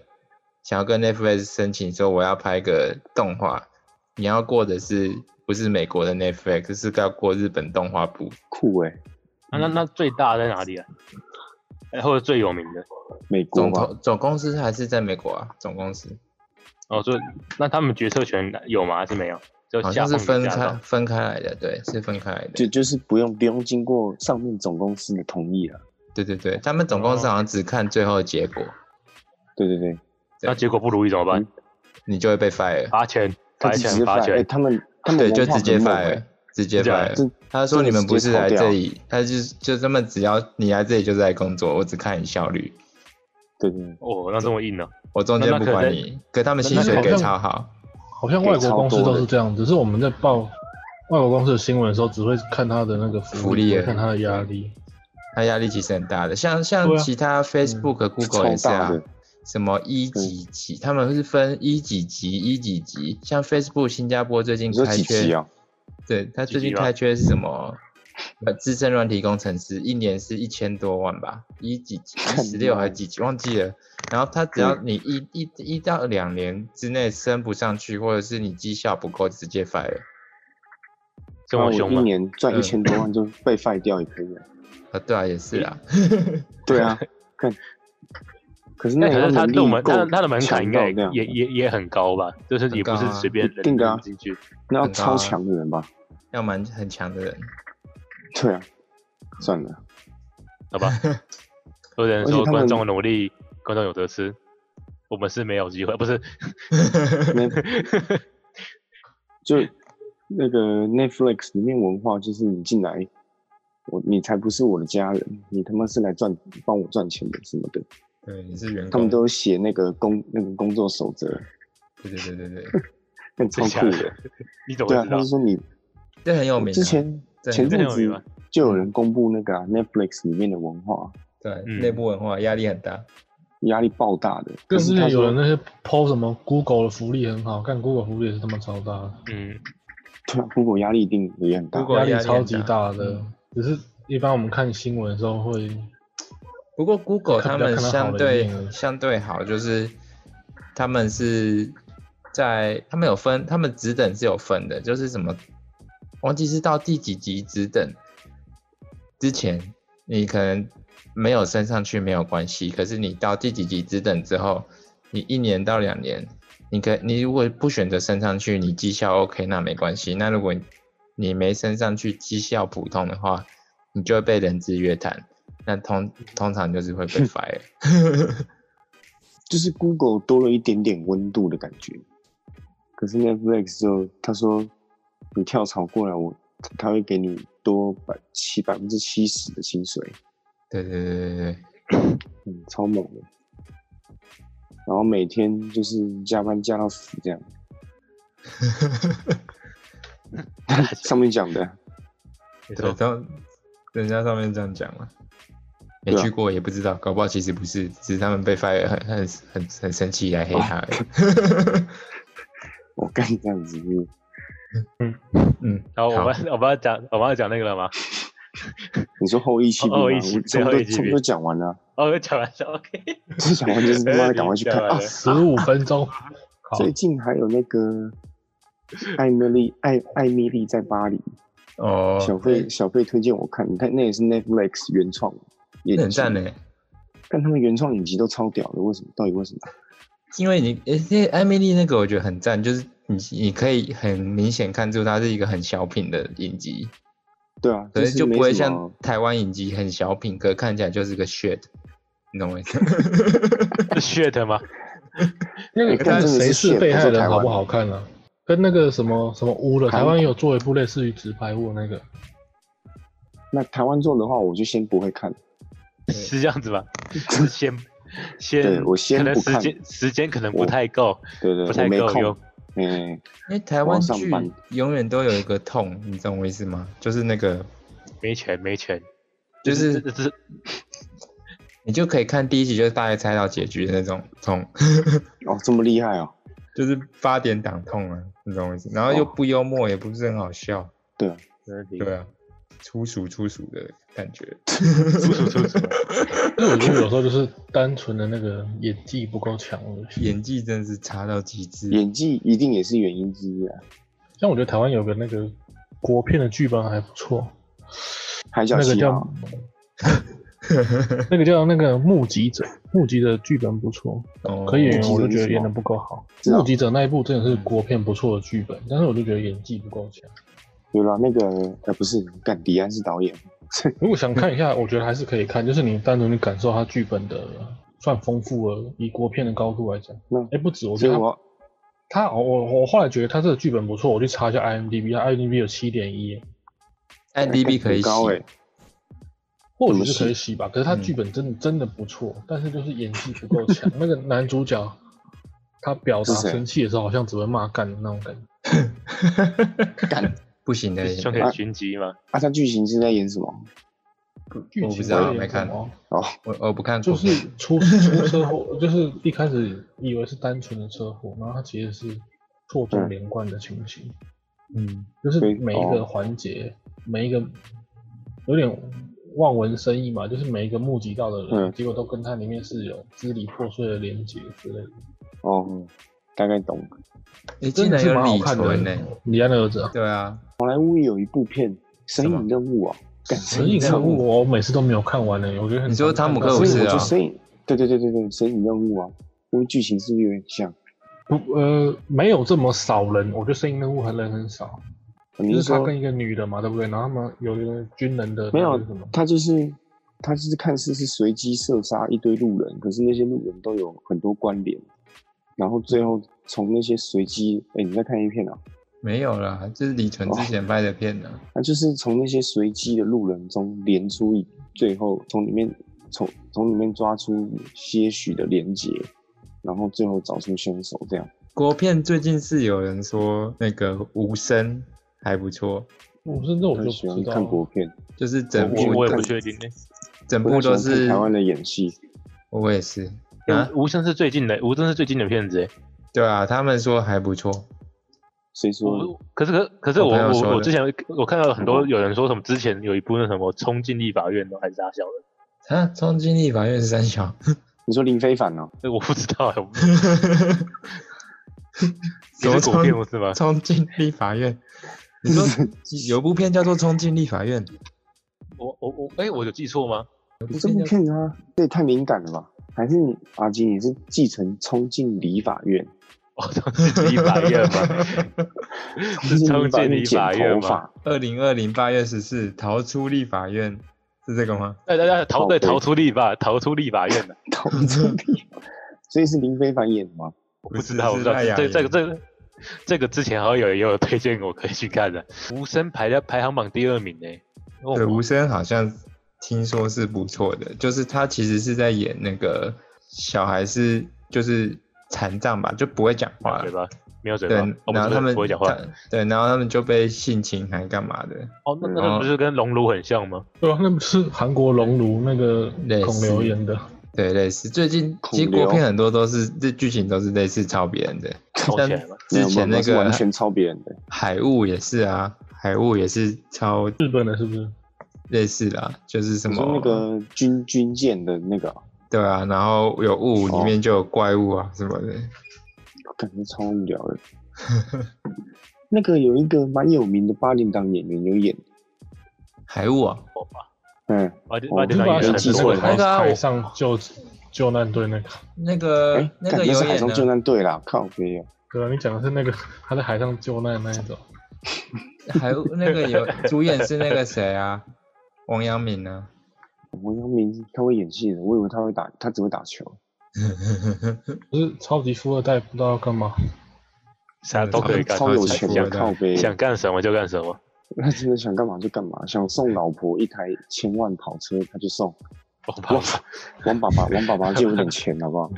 B: 想要跟 Netflix 申请说我要拍一个动画，你要过的是不是美国的 Netflix，是要过日本动画部。
A: 酷哎、
C: 那那那最大在哪里啊？哎或者最有名的
A: 美国
B: 总
A: 吧，
B: 投总公司还是在美国啊？总公司。
C: 哦，所以那他们决策权有吗？还是没有？就
B: 好
C: 下
B: 像是
C: 放
B: 分
C: 给下
B: 开
C: 放
B: 分开来的，对，是分开来的
A: 就。就是不用不用经过上面总公司的同意了。
B: 对对对，他们总公司好像只看最后结果，
A: 对对对，
C: 那结果不如意怎么办
A: 嗯？
B: 你就会被 fire。
C: 罚钱，
A: 他
C: 罚
A: 直
C: 钱，
A: 接
C: 罚
A: fire，哎、
C: 钱，
A: 他们哦他们
B: 对，就
A: 文化
B: 直接
A: 很猛哎
B: fire，直接
C: 真假的
B: fire。
A: 这
B: 他说
A: 真的
B: 你
A: 直
B: 们
A: 接
B: 不是
A: 炒
B: 来
A: 掉
B: 这里，他就就他们只要你来这里就是来工作，我只看你效率，
A: 对对对
C: 哦，那这么硬呢？
B: 我中间
C: 那那
B: 不
C: 可
B: 管
C: 能
B: 你。可他们
C: 那
B: 薪
D: 那
B: 水
D: 好
B: 给
D: 像
B: 超好，
D: 好像外国公司都是这样，只是我们在报外国公司的新闻的时候，只会看他的那个
B: 福
D: 福
B: 利
D: 利，不
B: 耶
D: 会看他的压力。
B: 他压力其实很大的。像像
D: 对啊
B: 其他 Facebook、Google 也
A: 嗯
B: 是
A: 超大
B: 啊
A: 的，
B: 什么一几级，他们是分一几级、一几级。像 Facebook 新加坡最近
A: 你说
B: 开
A: 几
B: 缺
A: 级啊？
B: 对他最
C: 几
B: 近
C: 级吗
B: 开缺是什么？呃，资深软体工程师一年是一千多万吧，一几级，一十六还是几级忘记了。然后他只
A: 嗯
B: 要你一一一到两年之内升不上去，或者是你绩效不够，直接 fire。
C: 这
A: 那
C: 么
A: 我
C: 凶
A: 一
C: 吗？
A: 年赚
B: 嗯
A: 一千多万就被 fire 掉也可以啊。
B: 啊，对啊，也是啊，
A: 嗯对啊，看，可是那
C: 那
A: 个
C: 哎可
A: 要
C: 是他
A: 能力
C: 的门，他
A: 够
C: 的他的门槛应该
A: 强到那
C: 也
A: 样
C: 也也很高吧？就是也不
B: 很
C: 是
B: 高啊
C: 随便
A: 一
C: 人
A: 定的啊
C: 能进去。
A: 那要
B: 很高啊
A: 超强的人吧？
B: 要蛮很强的人。
A: 对啊，算了，
C: 好吧。有人
A: 而
C: 说
A: 且他们
C: 观众努力，观众有得吃，我们是没有机会，不是？
A: 那就那个 Netflix 里面文化就是你进来我你才不是我的家人，你他妈是来赚帮我赚钱的什么的。
B: 对，你是员工。
A: 他们都写那个工那个工作守则，
B: 对对对对对，
A: 很超酷
C: 真假
A: 的
C: 的。你怎么
A: 对啊，
C: 知
A: 他
C: 道
A: 就？说你
B: 这很有名啊。
A: 之前
B: 这很
A: 前阵
B: 有名
C: 这很有名
A: 子
C: 吗
A: 就有人公布那个、啊、Netflix 里面的文化
B: 对啊
C: 嗯
B: 内部文化压力很大，
A: 压力爆大的，
D: 更
A: 就是
D: 之
A: 他
D: 前有
A: 说
D: 人那些 PO 什么 Google 的福利很好，干 Google 福利也是他妈超大的，
C: 嗯，
A: 对啊，Google 压力一定也很大。
B: Google 压力
D: 力
B: 很
D: 超级
B: 大
D: 大的
B: 嗯。
D: 只是一般我们看新闻的时候会，
B: 不过 Google 他
D: 看不到
B: 们
D: 看到好
B: 相
D: 的
B: 对
D: 一面而已
B: 相对好，就是他们是在他们有分，他们职等是有分的，就是什么忘记是到第几级职等之前，你可能没有升上去没有关系，可是你到第几级职等之后，你一年到两年，你可你如果不选择升上去，你绩效 OK 那没关系，那如果你没升上去，绩效普通的话，你就会被人资约谈。那通通常就是会被 fire。
A: 就是 Google 多了一点点温度的感觉。可是 Netflix 就他说你跳槽过来我，他会给你多百七百分之七十的薪水，
B: 对对对对对，
A: 嗯，超猛的。然后每天就是加班加到死 这样，上面讲的，
C: 你
B: 对，
C: 说
B: 他人家上面这样讲嘛，没
A: 对啊
B: 去过也不知道，搞不好其实不是，只是他们被 fire 很很很很生气来黑他而已。
A: 我干这样子，你
B: 嗯，
C: 然后我
B: 好
C: 们我们要讲我们要讲那个了吗？
A: 你说后羿弃兵吗？
C: 哦后羿
A: 我
C: 弃
A: 差
C: 对
A: 不
C: 后
A: 多
C: 羿弃
A: 差不多
C: 兵
A: 讲完了，
C: 哦，讲完了，OK。
A: 这讲完就是他妈的赶快去看
C: 讲
A: 啊
C: 完了！
D: 十五 分钟，好，
A: 最近还有那个 艾米丽艾艾米丽在巴黎，
B: 哦，
A: 小费小费推荐我看，你看那也是 Netflix 原创
B: 那
A: 影
B: 很
A: 集，
B: 赞欸呢，
A: 但他们原创影集都超屌的，为什么？到底为什么？
B: 因为你诶，那艾米丽那个我觉得很赞，就是你你可以很明显看出它是一个很小品的影集，
A: 对啊，
B: 可
A: 是
B: 是就不会
A: 没什
B: 像
A: 么
B: 台湾影集很小品，可看起来就是个 shit，你懂我意思吗？
C: 是 shit 吗？
D: 那
A: 哎
D: 个
A: 干
D: 看
A: 真的是
D: 谁
A: 谢
D: 是被害
A: 我说台
D: 人好
A: 湾
D: 不好看啊？跟那个什么什么屋的，
A: 韩
D: 台湾有做一部类似于纸牌屋的那个，
A: 那台湾做的话，我就先不会看。
C: 是这样 子吧？是先
A: 对
C: 先，
A: 我先
C: 可能
A: 不
C: 时
A: 看
C: 间时间可能不
A: 我
C: 太够，
A: 对对，
C: 不
A: 我
C: 太
A: 没
C: 够
A: 空
C: 用。。
A: 哎、
B: 因为台
A: 我要
B: 湾
A: 上
B: 剧
A: 班
B: 永远都有一个痛，你懂我意思吗？就是那个，
C: 没钱没钱，
B: 就是啊
C: 这这这
B: 你就可以看第一集，就大概猜到结局的那种痛，
A: 哦，这么厉害哦！
B: 就是八点档痛啊，你懂我意思？然后
D: 哦
B: 又不幽默，也不是很好笑，
A: 对啊，
C: 没问题
B: 对啊，粗俗粗俗的感觉。
C: 出出出出，
D: 但是我觉得有时候就是单纯的那个演技不够强而已。
B: 演技真是差到极致。
A: 演技一定也是原因之一啊。
D: 像我觉得台湾有个那个国片的剧本还不错，
A: 海角
D: 那个
A: 七
D: 叫
A: 号，
D: 那个叫那个目击者，目击者剧本不错，
B: 哦
D: 可以演员我
A: 目
D: 就
A: 击者是嗯什
D: 觉得
A: 么
D: 演的不够好。
A: 知道
D: 目击者那一部真的是国片不错的剧本，但是我就觉得演技不够强。
A: 有了那个呃，不是，干迪安是导演，
D: 如果想看一下，我觉得还是可以看，就是你单纯去感受它剧本的算丰富了，以国片的高度来讲，
A: 那
D: 哎、不止，我
A: 所
D: 觉
A: 以
D: 得
A: 我
D: 它
A: 要
D: 它我我我后来觉得它这个剧本不错，我去查一下 IMDB，它 IMDB 有七点一，
B: i d b 可
A: 很
B: 以
A: 高哎、
D: 欸
B: 洗
D: 或
A: 怎么
D: 许是可以洗吧，可是他
B: 嗯
D: 剧本真的、真的不错，但是就是演技不够强。那个男主角他表达
A: 是谁
D: 生气的时候，好像只会骂干的那种感觉。
A: 干
B: 不行的，
C: 胸
B: 哎
C: 给寻机嘛？
A: 啊，他剧情是在演什么？
D: 剧情
B: 我不知道
D: 有点
B: 没看
D: 什么
A: 哦，
B: 我我不看
D: 就
B: 国片，
D: 是出出车祸， 就是一开始以为是单纯的车祸，然后他其实是错综连贯的情形，
B: 嗯，
D: 就是
A: 嗯所以哦
D: 每一个环节，每一个有点望文生义嘛，就是每一个目击到的人，
A: 嗯
D: 结果都跟他里面是有支离破碎的连结之类的。
A: 哦，大概懂。
B: 你
D: 真
B: 竟
D: 的
B: 然
D: 是
B: 有
D: 蛮好
B: 李
D: 看
B: 纯
D: 的欸
B: 呢？，
D: 李安的儿子啊，
B: 对啊，
A: 好莱坞有一部片《神
B: 什么
A: 隐任务》啊，干
D: 《神隐
A: 任
D: 任务》我每次都没有看完呢、我觉得很
B: 你说
D: 常
B: 汤
D: 看
B: 姆
D: 到
B: 克
A: 所
B: 鲁
A: 以我
B: 斯
A: 就
B: 啊
A: 神隐，对对对对对，神隐任务啊，因为剧情是不是有点像？
D: 不呃没有这么少人，我觉得《神隐任务》很人很少，
A: 你
D: 就是是他
A: 说
D: 跟一个女的嘛，对不对？然后他们有一个军人的
A: 没有
D: 那个什么？
A: 他就是他就是看似是随机射杀一堆路人，可是那些路人都有很多关联，然后最后从那些随机，哎、你在看 A 片啊？
B: 没有啦，就是李纯之前拍的片啊呢、
A: 他就是从那些随机的路人中连出一，最后从里面从从里面抓出些许的连结，然后最后找出凶手这样。
B: 国片最近是有人说那个《无声》还不错，
D: 我是那我
A: 我
D: 就
A: 很喜
D: 不
A: 欢
D: 知道
A: 看国
D: 了。
A: 片，
B: 就是整
A: 我
B: 部
C: 哦我也
A: 看
C: 不确
B: 啊
C: 定。
B: 整
A: 我很喜
B: 部都
A: 欢看
B: 是
A: 台湾的演戏，
B: 我也是啊
C: 欸，无无声是最近的，无声是最近的片子欸。
B: 对啊，他们说还不错，
A: 谁说
C: 我可是可可是
B: 我
C: 我
B: 朋友说
C: 我
B: 的
C: 我之前我看到很多有人说什么之前有一部那什么冲进立法院的还是啥小的
B: 啊，冲击力法院是三小，
A: 你说林非凡哦？，
C: 欸我不知道欸，我不
B: 什么
C: 也是
B: 冲
C: 国片是吗？
B: 冲 进立法院？你 说有部片叫做《冲进立法院》，
C: 我我我哎，我有记错吗？
B: 有部
A: 这部
B: 片叫
A: 片子啊，这也太敏感了吧？还是你阿基你是继承冲进理法 院，
C: 哦，冲进立法院 吗？是冲进
A: 理
C: 立法
A: 剪
C: 院
A: 头
C: 吗？
A: 发，
B: 二零二零八月十四逃出立法院，是这个吗？
C: 大家家逃
A: 靠
C: 对
A: 背
C: 逃出立法逃出立法院的，
A: 逃出理法，所以是林非凡演的吗？
C: 我
B: 不
C: 不
B: 是
C: 知道，我
B: 是
C: 不知道
B: 赖雅
C: 这这个
B: 妍
C: 这个这个之前好像有也有推荐我可以去看的，无声排在排行榜第二名呢。哦
B: 对，无声好像听说是不错的，就是他其实是在演那个小孩是就是残障吧，就不会讲
C: 没有
B: 话
C: 嘴，巴没有嘴
B: 对
C: 巴，哦，不
B: 然后
C: 是
B: 他们
C: 不会讲话
B: 他。对，然后他们就被性侵还干嘛的，
C: 哦，那那
B: 然
C: 那
B: 后
C: 不是跟熔炉很像吗？
D: 对啊，那不是韩国熔炉那个
B: 类
D: 孔
B: 似
D: 刘演的，
B: 对，类似最近
A: 恐
B: 其实国
A: 流
B: 片很多都是这剧情都是类似抄别人的，
C: 抄
B: 像
C: 起来吗？
A: 没有
B: 之前
A: 没有
B: 那
A: 是
B: 个
A: 完全抄别人的，
B: 海雾也是啊，海雾也是抄
D: 日本的是不是？
B: 类似的啊，就是什
A: 你
B: 么
A: 说那个军军舰的那个啊，
B: 对啊，然后有雾里
A: 哦
B: 面就有怪物啊什么的，
A: 感觉超无聊 的。那个有一个蛮有名的八零档演员有演，
B: 海雾啊，
A: 嗯，
C: 八点
A: 哦
C: 八
A: 对
D: 你
A: 那
C: 点
D: 把
A: 个
D: 它
C: 档
A: 也
C: 也
A: 是
D: 想
C: 很
A: 记
D: 成
A: 错了
B: 那个啊我
C: 多人
D: 海上救救难队那个。
B: 那个、
A: 哎，
B: 呃那
A: 干
B: 个
A: 那
B: 有
A: 是海
B: 演
A: 上
B: 啊
A: 救难队啦，靠背啊，
D: 对啊，你讲的是那个他在海上救难那一种。
B: 还有那 个有主演是那个谁啊，王阳明啊，
A: 王阳明他会演戏的，我以为他会打，他只会打球。
D: 不是超级富二代不知道要干嘛，
C: 啥都哦可以干，
A: 超有
B: 超
A: 钱
B: 级
A: 的
B: 富
C: 想
B: 二代
A: 靠背，
C: 想干什么就干什么。
A: 他真的想干嘛就干嘛，想送老婆一台千万跑车他就送。
C: 我怕
A: 哇王爸爸，王爸爸借我点钱好不好？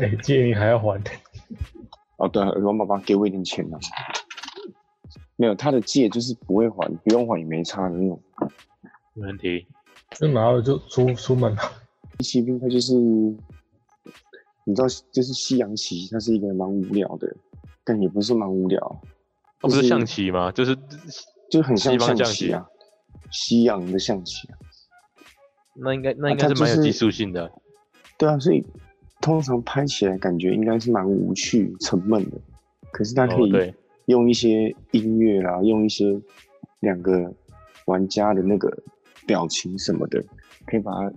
D: 哎、借你还要还。
A: 哦，对啊，王爸爸给我一点钱啊。没有，他的借就是不会还，不用还也没差的那种。
C: 没问题。
D: 就拿了就出出门了。
A: 骑兵他就是，你知道，就是西洋棋，它是一个蛮无聊的，但也不是蛮无聊，
C: 哦那不是
A: 就是
C: 象棋吗？就是
A: 就很像
C: 西方
A: 象
C: 象
A: 棋啊，西洋的象棋啊。
C: 那应该那
A: 啊
C: 应该
A: 它
C: 是蛮
A: 就是
C: 有技术性的。
A: 对啊，所以通常拍起来感觉应该是蛮无趣、沉闷的，可是它可
C: 哦，
A: 以
C: 对，
A: 用一些音乐啦，用一些两个玩家的那个表情什么的，可以把它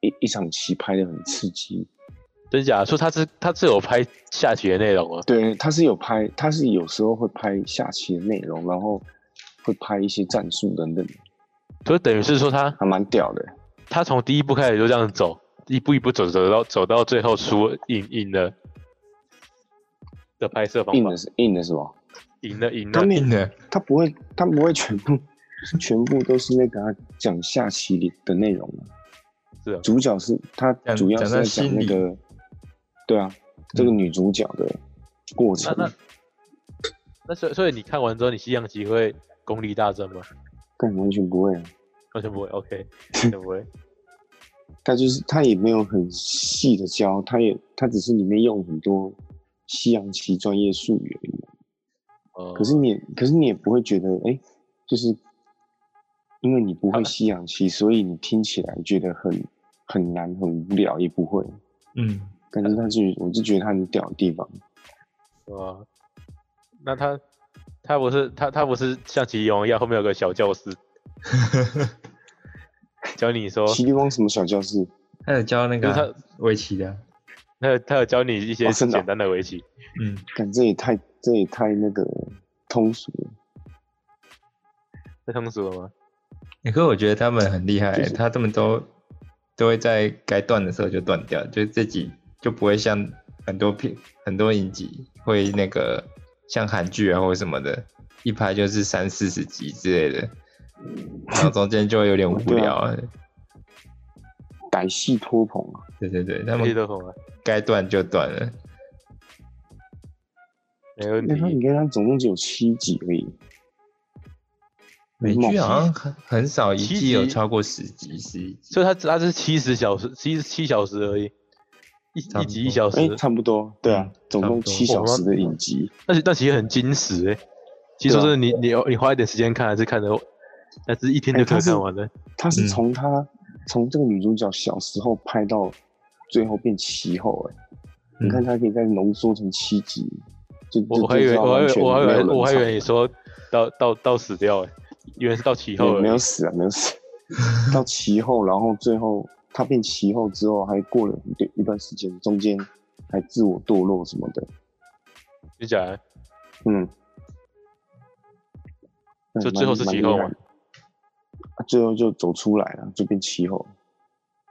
A: 一一场棋拍的很刺激。
C: 真假？说他是他是有拍下棋的内容啊。
A: 对，他是有拍，他是有时候会拍下棋的内容，然后会拍一些战术等等，
C: 所以等于是说他
A: 还蛮屌的。
C: 他从第一步开始就这样走，一步一步走走到走到最后输赢赢了的拍摄方
A: 硬
C: 法
A: 的，是硬的是吧？
C: 赢了赢
A: 他
C: 了。
A: 没有
B: 硬的，
A: 他不会，他不会全部 全部都是那个啊讲下棋里的内容啊
C: 是啊
A: 主角是他
B: 讲
A: 主要是在
B: 讲
A: 讲
B: 到心
A: 那
B: 理
A: 个，对啊，这个女主角的过程。
C: 那那那所以所以你看完之后，你西洋棋会功力大增吗？
A: 但完全不会啊，
C: 完全不会，OK，完全不会。
A: 他就是他也没有很细的教，他也他只是里面用很多西洋棋专业术语而已。
C: 哦
A: 可是你也，可是你也不会觉得，哎、就是因为你不会吸氧气，所以你听起来觉得很很难、很无聊，也不会。
B: 嗯，
A: 但是他就，我就觉得他很屌的地方，
C: 啊，那他他不是他他不是像《棋王》一样，后面有个小教室教你说，
A: 奇力光什么小教室，
B: 他有教那个
C: 就是
B: 啊围棋的啊，
C: 他有他有教你一些
A: 哦真的哦
C: 简单的围棋。
B: 嗯，
A: 感这也太这也太那个通俗了。
C: 这通俗了吗？
B: 欸可是我觉得他们很厉害欸、
A: 就是
B: 他他们都都会在该断的时候就断掉，就自己就不会像很多片很多影集会那个像韩剧啊或者什么的，一拍就是三四十集之类的，然后中间就会有点无聊啊。
A: 改戏托棚啊，
B: 对对对，他
C: 记
B: 们
C: 得红了，
B: 该断就断了。
C: 没问
A: 那哎他你
C: 题。
A: 看他总共只有七集而已，
B: 美
A: 猛
B: 剧好像很很少一
C: 七
B: 季有
C: 集
B: 超过十集、十一集。
C: 所以他他是七十小时，七七小时而已，一
B: 差不多
C: 一集一小时
A: 哎、，差不多，对
C: 嗯
A: 啊，总
B: 差不
A: 共
B: 多
A: 七小时的影集，
C: 那其那其实很矜持哎。其实
A: 对啊
C: 说真的，你你你花一点时间看还是看得，但是一天就
A: 哎
C: 可以
A: 他是
C: 看完了。
A: 他是
B: 嗯
A: 从他从、这个女主角小时候拍到最后变其后、哎、你看他可以再浓缩成七集，就
C: 嗯我我
A: 就
C: 还以
A: 就知
C: 为
A: 道
C: 我还
A: 完
C: 以为
A: 全
C: 我还以
A: 没有
C: 为
A: 人
C: 我还以
A: 才
C: 为你说到到到死掉哎，原来是到其后
A: 没没
C: 而
A: 有
C: 已。
A: 死啊，没有死， 到其后，然后最后他变其后之后，还过了一段一段时间，中间还自我堕落什么的，
C: 你讲啊，
A: 嗯，
D: 嗯
C: 就最后是其
A: 其
C: 后
A: 后
C: 嘛，
A: 啊最后就走出来了，就变其后，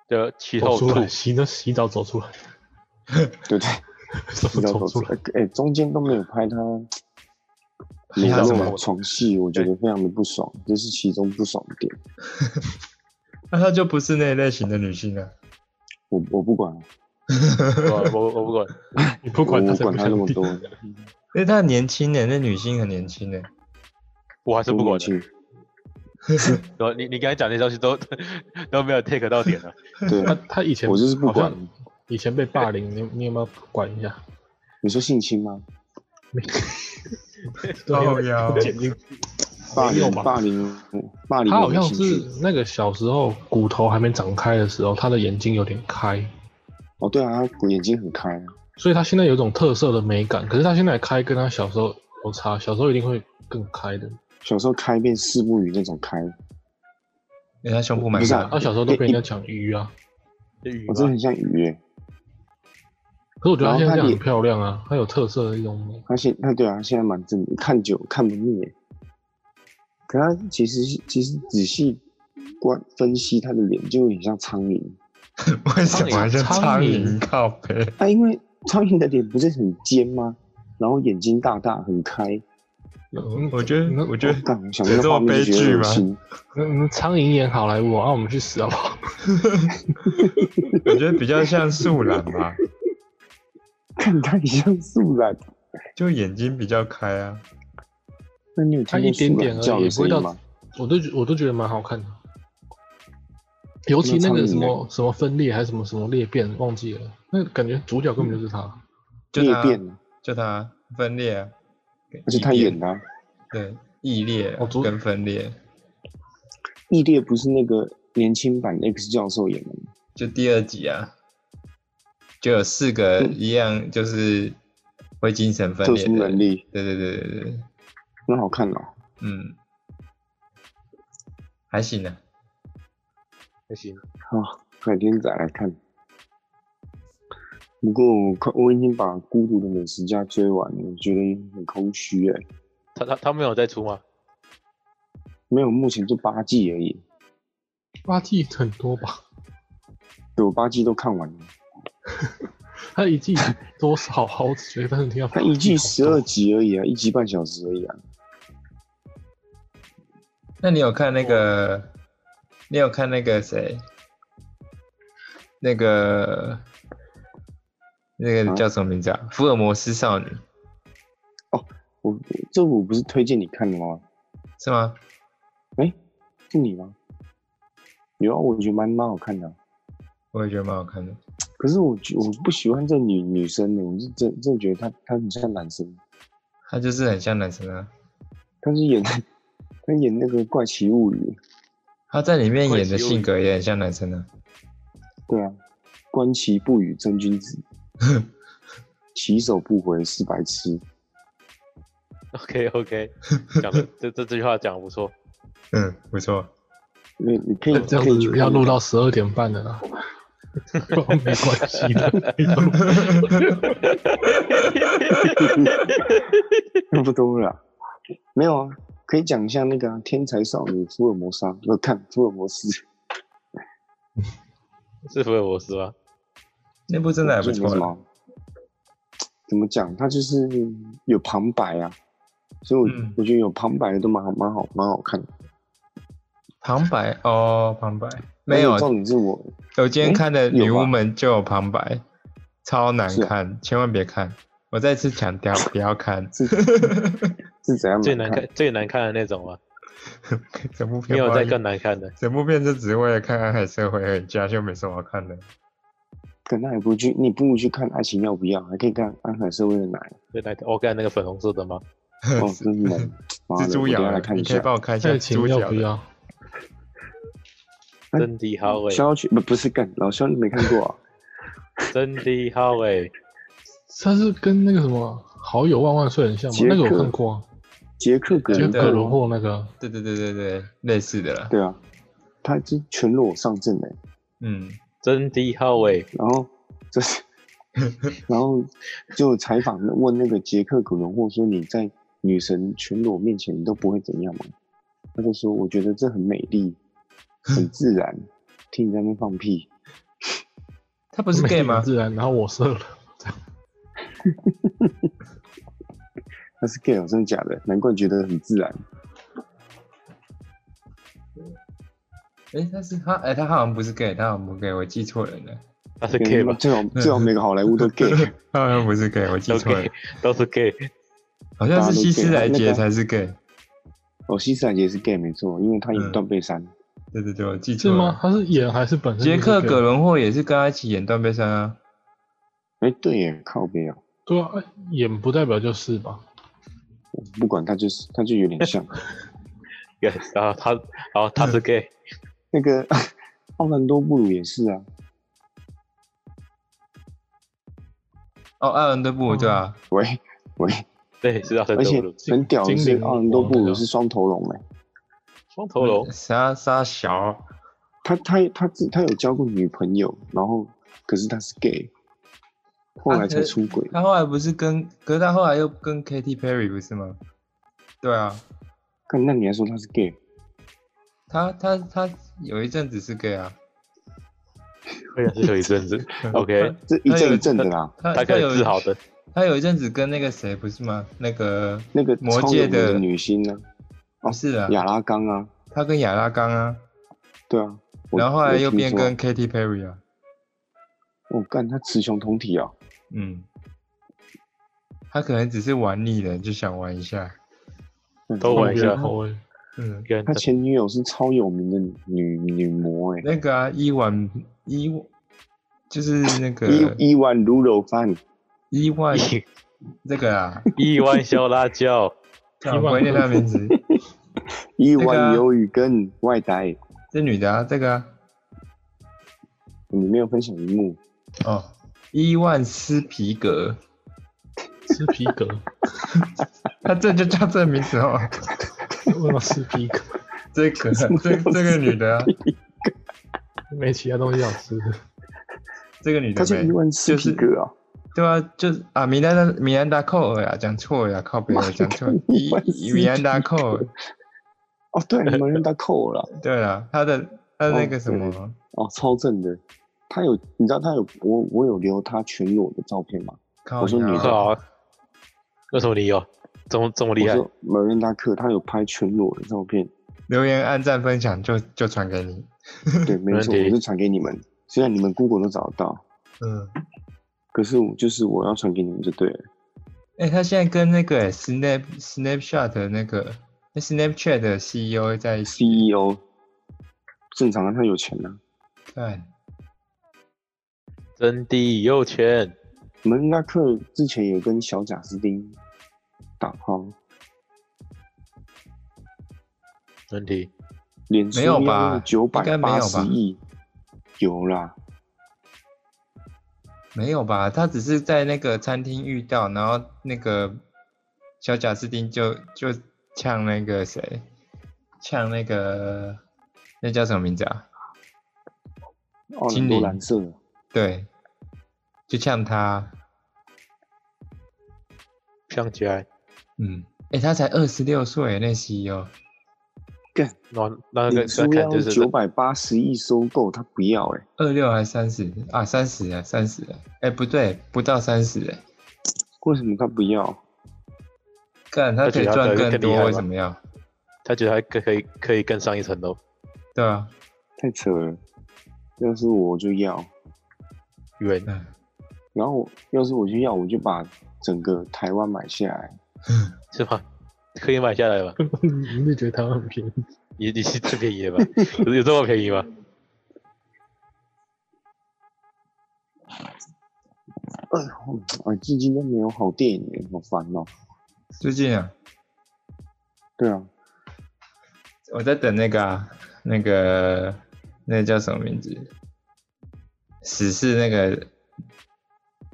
C: 就其
D: 走
C: 后
D: 出
C: 吐
D: 来，洗着洗澡走出来，
A: 对对，
D: 什
A: 比
D: 么
A: 较
D: 走
A: 走出
D: 出来？
A: 来，哎、中间都没有拍 他
B: 没
A: 裸
B: 有什
A: 露
B: 么
A: 床戏，我觉得非常的不爽，这是其中不爽的点，
B: 那她就不是那一类型的女性啊了。
A: 我我不管，
C: 我我我不管，
D: 你不
A: 我
D: 管他
A: 我
D: 才
A: 管
D: 不
A: 他那
D: 想
A: 么
D: 听
A: 多，
B: 因为她很年轻欸呢，那女性很年轻呢。欸
C: 我还是
A: 都
C: 不管
A: 年
C: 的。
A: 轻，
C: 然后你你刚才讲那些东西都 都没有 take 到点了。啊
A: 对，
D: 他他以前
A: 我就是不
D: 好像
A: 管。
D: 以前被霸凌，你你有没有管一下？
A: 你说性侵吗？
B: 靠腰
D: 剪进
A: 霸
D: 没有
A: 凌，
D: 吧
A: 霸凌，霸凌
D: 他
A: 我
D: 好
A: 没
D: 像
A: 兴趣。
D: 是那个小时候骨头还没长开的时候，他的眼睛有点开，
A: 哦，对啊，他眼睛很开啊，
D: 所以他现在有一种特色的美感。可是他现在开跟他小时候有差，小时候一定会更开的。
A: 小时候开变四不语那种开，
B: 因为她胸部蛮
A: 不是
B: 大
A: 啊
D: 他
B: 的，
D: 小时候都跟人家讲鱼啊，
C: 语
A: 我
C: 吗
A: 真的很像鱼耶。
D: 可是我觉得他现在
A: 然后
D: 这样
A: 他
D: 很
A: 脸
D: 漂亮啊，他有特色的一种美。
A: 他现他对啊，现在蛮正，看久看不腻耶。可他其实其实仔细观分析他的脸，就有点像苍蝇。
B: 为什么是
D: 苍
B: 苍
D: 蝇
B: 蝇靠背？
A: 啊，因为苍蝇的脸不是很尖吗？然后眼睛大大很开，
D: 嗯
B: 我觉
D: 那
B: 得，我觉
A: 我干，我想
B: 有
A: 那
B: 这么
A: 画面就觉
B: 悲剧
A: 得恶
B: 吗
A: 心。
D: 嗯，苍蝇演好莱坞啊，啊我们去死好不好？
B: 得，我觉得比较像素兰吧，
A: 看他很像素兰，
B: 就眼睛比较开啊。
A: 那你有
D: 他
A: 听
D: 一
A: 过素
D: 点点
A: 兰
D: 而
A: 叫
D: 已，
A: 的
D: 不
A: 声
D: 会
A: 音
D: 到
A: 吗？，
D: 我都觉我都觉得蛮好看的。尤其那个什么什么分裂还是什么什么裂变，忘记了，那感觉主角根本就是他。
A: 嗯
B: 就
A: 裂
B: 她
A: 变了，
B: 就她分裂啊，
A: 而且他
B: 异变
A: 演的啊。
B: 对异裂啊
D: 哦主
B: 跟分裂，
A: 异裂不是那个年轻版 X 教授演的吗？
B: 就第二集啊，就有四个
A: 嗯
B: 一样就是会精神分
A: 特
B: 裂
A: 殊
B: 的
A: 能
B: 人，
A: 力，
B: 对对对对对，
A: 很好看哦。
B: 嗯，还行啊，
C: 还行，
A: 啊，改天再来看。不过我看我已经把《孤独的美食家》追完了，我觉得很空虚哎、
C: 他他他没有再出吗？
A: 没有，目前就八季而已，
D: 八季很多吧？
A: 对我八季都看完了。
D: 他一季多少好几集，但是你要
A: 它一季十二
D: 好多
A: 集而已啊，一集半小时而已啊。
B: 那你有看那个？你有看那个谁？那个那个
A: 啊
B: 叫什么名字啊？福尔摩斯少女
A: 我这我不是推荐你看的吗？
B: 是吗？
A: 是你吗？有啊，我觉得蛮蛮好看的啊、
B: 我也觉得蛮好看的。
A: 可是我觉我不喜欢这女女生呢，我是真真的觉得她她很像男生。
B: 她就是很像男生啊。
A: 他是演他演那个《怪奇物语
B: 她在里面
C: 怪
B: 演的
C: 奇物
B: 性
C: 语
B: 格也很像男生啊。》，
A: 对啊，观其不语真君 子，其手不回是白痴。
C: OK OK，讲的这这这句话讲的不错，
B: 嗯，不错。
A: 你你可以
D: 这样
A: 可以去
D: 子
A: 看
D: 要录
A: 那个
D: 到十二点半 的啦。不过没关系的，
A: 差不多了啦，没有啊，可以讲一下那个啊、天才少女福尔摩沙》，我看福尔摩 斯，
C: 是福尔摩斯吗？
B: 哎那部真的还不
A: 就没什
B: 错
A: 么
B: 啦。
A: 好。怎么讲，它就是有旁白啊，所以我、
B: 嗯
A: 我觉得有旁白的都蛮好蛮好蛮好看的。
B: 旁白哦，旁白没有
A: 但是，重点是我
B: 我今天看的《女
A: 有吧
B: 巫们》就有旁白，超难
A: 是啊
B: 看，千万别看。我再次强 调，不要看
A: 是是怎样
C: 最
A: 嗯
C: 难
A: 看
C: 看、最难看的那种吗？
B: 整部片，
C: 没有
B: 在
C: 再更难看的。
B: 整部片就只是为了看《暗海社会》而已，其他就没什么好看的。
A: 可那还不如去，你不如去看《爱情要不要》，还可以看《安海社会的奶
C: 最难看，我看那个粉红色的吗？》
A: 哦，真猛！妈的
B: 蜘蛛
A: 我等一
B: 咬
A: 下
B: 了
A: 来，看
B: 你
A: 一
B: 可以
A: 下。
B: 帮我看一下
D: 爱
B: 蜘蛛
D: 情要
B: 咬
D: 不
B: 了？
D: 要？
A: 哎
C: 真的好欸伟，
A: 肖去不不是干老肖，你没看过啊？
C: 真的好欸伟，
D: 它是跟那个什么好友万万岁很像吗？
A: 杰克
D: 那个我看过啊，
A: 杰克格
D: 杰
A: 伦
D: 克
A: 克
D: 伦
A: 吗
D: 霍那个啊，
B: 对对对对对，类似的啦。
A: 对啊，他就全裸上阵嘞，
B: 嗯，
C: 真的好欸伟，
A: 然后就是，然后就采访问那个杰克格伦霍说：“你在女神全裸面前，你都不会怎样吗？”他就说：“我觉得这很美丽，很自然。”听你在那边放屁，
B: 他不是
D: 美
B: gay
D: 丽很
B: 吗？
D: 自然，然后我射了，
A: 他是 gay 哦，真的假的？难怪觉得很自然。
B: 哎，他是他哎，他好像不是 gay，他好像不是 gay，我记错人了。
C: 他是 gay 吧？
A: 最好最好每个好莱 坞都 gay，
B: 他好像不是 gay，我记
C: 都
B: 错了
C: gay，，都是 gay。
B: 好像是希斯
A: 大
B: 莱
A: 家都 gay，
B: 杰
A: 那个
B: 才是 gay。
A: 哦，西斯兰杰是 gay 没错，因为他演断背山。
B: 对对对，我记
D: 是
B: 错
D: 吗？
B: 了。
D: 呃他是演还是本身？
B: 杰克·葛，伦霍也是跟他一起演《断背山》啊。
A: 哎、对耶，靠背哦，
D: 对啊，演不代表就是吧？
A: 我不管他就是他就有点像
C: Yes，然后啊他，然后他是 gay，
A: 那个 奥兰多布鲁也是啊，
B: 哦，艾伦·德布鲁对啊，
C: 嗯
A: 喂喂，
C: 对，是奥兰
A: 而且
C: 德鲁，
A: 很屌的
D: 精
A: 是
D: 灵
A: 奥兰多布
D: 王那
A: 鲁
D: 个
A: 是双头龙哎、
C: 双头
A: 嗯
C: 龙，
B: 沙沙小，
A: 他他他自他有交过女朋友，然后可是他是 gay，后来才出轨。
B: 他后来不是跟，可是他后来又跟 Katy Perry 不是吗？对啊，
A: 看、那你还说他是 gay？
B: 他他他有一阵子是 gay 啊。
C: 会啊然是有一阵 子。OK，
A: 这一
B: 他有
A: 阵一阵的啦，
B: 他
C: 他
B: 他
C: 可
B: 有
C: 以治好的。
B: 他有一阵子跟那个谁不是吗？那个
A: 那个
B: 魔
A: 超
B: 界
A: 有名
B: 的
A: 的女星呢、
B: 不是啊，
A: 亚拉冈啊，
B: 他跟亚拉冈啊，
A: 对啊，我
B: 然后后来
A: 我
B: 又
A: 听
B: 变
A: 说
B: 跟 Katy Perry 啊。
A: 我干他雌雄同体啊，
B: 嗯，他可能只是玩腻了，就想玩一下。
A: 嗯
C: 都玩一下
D: 换别人口味
B: 嗯，
C: 跟
A: 他前女友是超有名的女女模哎、
B: 那个啊，伊万伊，就是那个
A: 伊伊万卤肉饭，
B: 伊万
C: 一
B: 那个 啊，
C: 一碗小 辣椒，
B: 我不会念他名字，
A: 伊
B: 那个啊
A: 万鱿鱼跟外带，
B: 这女的啊，这个啊，
A: 你没有分享一幕，
B: 哦，伊万斯皮格，
D: 吃皮革，
B: 他这就叫这名字 哦，
D: 为什么吃皮革？
B: 这个这这个女的啊，
D: 没其他东西好吃。
B: 这个女
A: 他
B: 的
A: 叫伊
B: 没，
A: 万斯皮格啊，
B: 对啊，就是啊，米兰达米兰达寇尔啊，讲错了啊，靠北了，讲错了，伊伊米兰达寇尔，
A: 哦对，你们人他扣了啦，
B: 对了，他的他的那个什
A: 哦
B: 么，
A: 哦超正的，他有你知道他有我我有留他全裸的照片吗？
B: 靠
A: 我说
B: 腰
A: 女的
C: 好啊。为什么你有这么这么厉害
A: 我？说某人达克他有拍全裸的照片，
B: 留言、按赞、分享就就传给你，
A: 对，没
C: 问
A: 错，
C: 题
A: 我就传给你们，虽然你们 Google 都找得到，
B: 嗯。
A: 可是我就是我要传给你们就对了，
B: 哎、他现在跟那个、欸、Snap Snapshot 的那个那 Snapchat 的 CEO 在一起
A: CEO E 正常啊，他有钱啊。
B: 干，
C: 真的有钱，
A: 门拉克之前也跟小贾斯汀打炮，
C: 问题
A: 脸书
B: 没有吧
A: 九百
B: 应该没
A: 八
B: 有
A: 十
B: 吧
A: 亿，有啦，
B: 没有吧？他只是在那个餐厅遇到，然后那个小贾斯汀就就呛那个谁，呛那个那叫什么名字啊？
A: 奥兰
B: 精
A: 多
B: 灵
A: 哦蓝色，
B: 对，就呛他，
C: 想起来，
B: 嗯，哎、他才二十六岁，那 E CEO
C: 那那个
A: 脸
C: 那
A: 书
C: 看
A: 要
C: 就是
A: 九百八十亿收购，他不要哎、
B: 二六还三十啊，三十啊，三十，哎，不对，不到三十哎，
A: 为什么他不要？
B: 干他可以赚更多，为什么要？
C: 他觉得还可可以可以更上一层楼，
B: 对啊，
A: 太扯了！要是我就要，
C: 远
B: 嗯
A: 然后要是我就要，我就把整个台湾买下来。
C: 是吗？可以买下 来吗？
D: 你会觉得台湾很便宜？
C: 你你是最便宜的吧？有有这么便宜吗？
A: 哎呦，哎，最近都没有好电影耶，好烦哦、
B: 最近啊，
A: 对啊，
B: 我在等那个啊，那个那个叫什么名字？死侍那个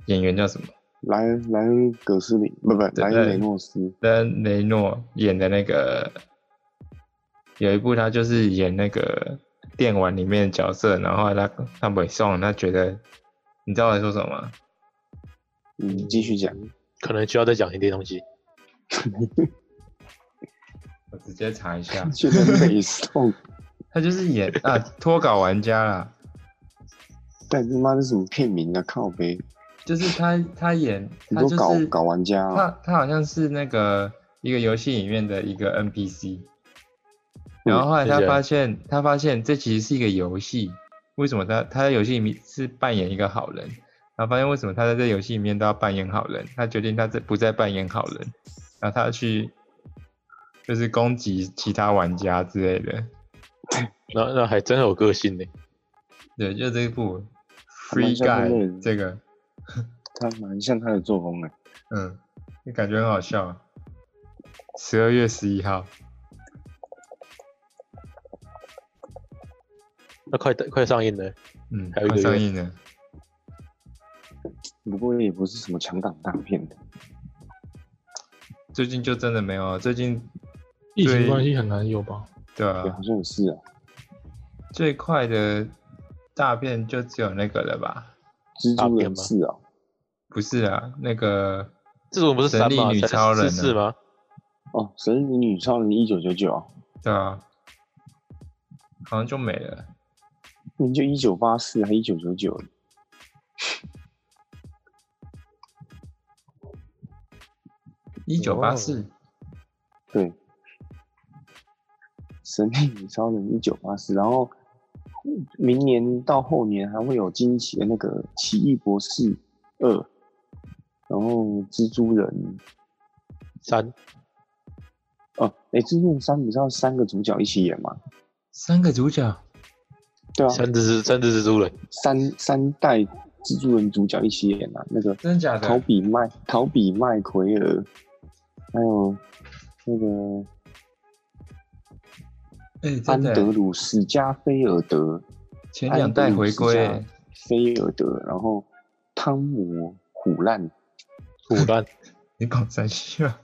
B: 演员叫什么？
A: 莱恩莱恩·葛斯林，不不，
B: 对
A: 莱恩·雷诺斯，
B: 跟雷诺演的那个，有一部他就是演那个电玩里面的角色，然后他他北宋，他觉得你知道我在说什么吗？
A: 你继续讲。，
C: 可能需要再讲一点东西。
B: 我直接查一下
A: 现在 背诵，
B: 他就是演 啊脱稿玩家啦，
A: 但他妈这什么片名啊？靠呗，
B: 就是他他演
A: 你
B: 他
A: 都
B: 就
A: 搞
B: 是
A: 搞玩家啊、
B: 他他好像是那个一个游戏里面的一个 NPC，然
A: 嗯
B: 后后来
C: 是
B: 他
C: 这样
B: 发现他发现这其实是一个游戏，为什么他他在游戏里面是扮演一个好人，然后发现为什么他在这游戏里面都要扮演好人，他决定他这不再扮演好人，然后他去就是攻击其他玩家之类的，
C: 那那还真有个性呢。
B: 对，就这一部
A: 还
B: Free
A: 蛮像那个
B: Guy
A: 人
B: 这个，
A: 他蛮像他的作风的。
B: 嗯，就感觉很好笑，十二月十一号。
C: 那快快上映了，
B: 嗯，
C: 还有一
B: 快
C: 个
B: 上
C: 月
B: 映了，
A: 不过也不是什么强档大片的，
B: 最近就真的没有啊，最近
D: 疫情
B: 对
D: 关系很难有吧？
B: 对
A: 对，
B: 啊
A: 好，像也是啊，
B: 最快的大片就只有那个了吧？
A: 蜘
C: 大
A: 蛛
C: 片
A: 人
C: 吗
A: 是啊，
B: 不是啊，那个
C: 这种不是
B: 神
C: 三
B: 力
C: 吗？
B: 女
C: 才
B: 超人
C: 十四
B: 啊
C: 吗？
A: 哦，神力女超人一九九九啊，
B: 对啊，好像就没了。
A: 你就一九八四还一九九九，
B: 一九八四，
A: 对，神力女超人一九八四，然后明年到后年还会有惊奇的那个奇异博士二，然后蜘蛛人
C: 三
A: 哦，哎、蜘蛛人三不是要三个主角一起演吗？
B: 三个主角，
A: 对啊，
C: 三只蜘三只蜘蛛人，
A: 三三代蜘蛛人主角一起演啊，那个
B: 真的假的
A: 陶？比麦陶比麦奎尔，还有那个
B: 哎，真
A: 安
B: 的
A: 德，鲁史加菲尔德，
B: 前两代回归
A: 安德鲁
B: 欸
A: 史，加菲尔德，然后汤姆虎烂
C: 腐 烂，
B: 你搞三七啊？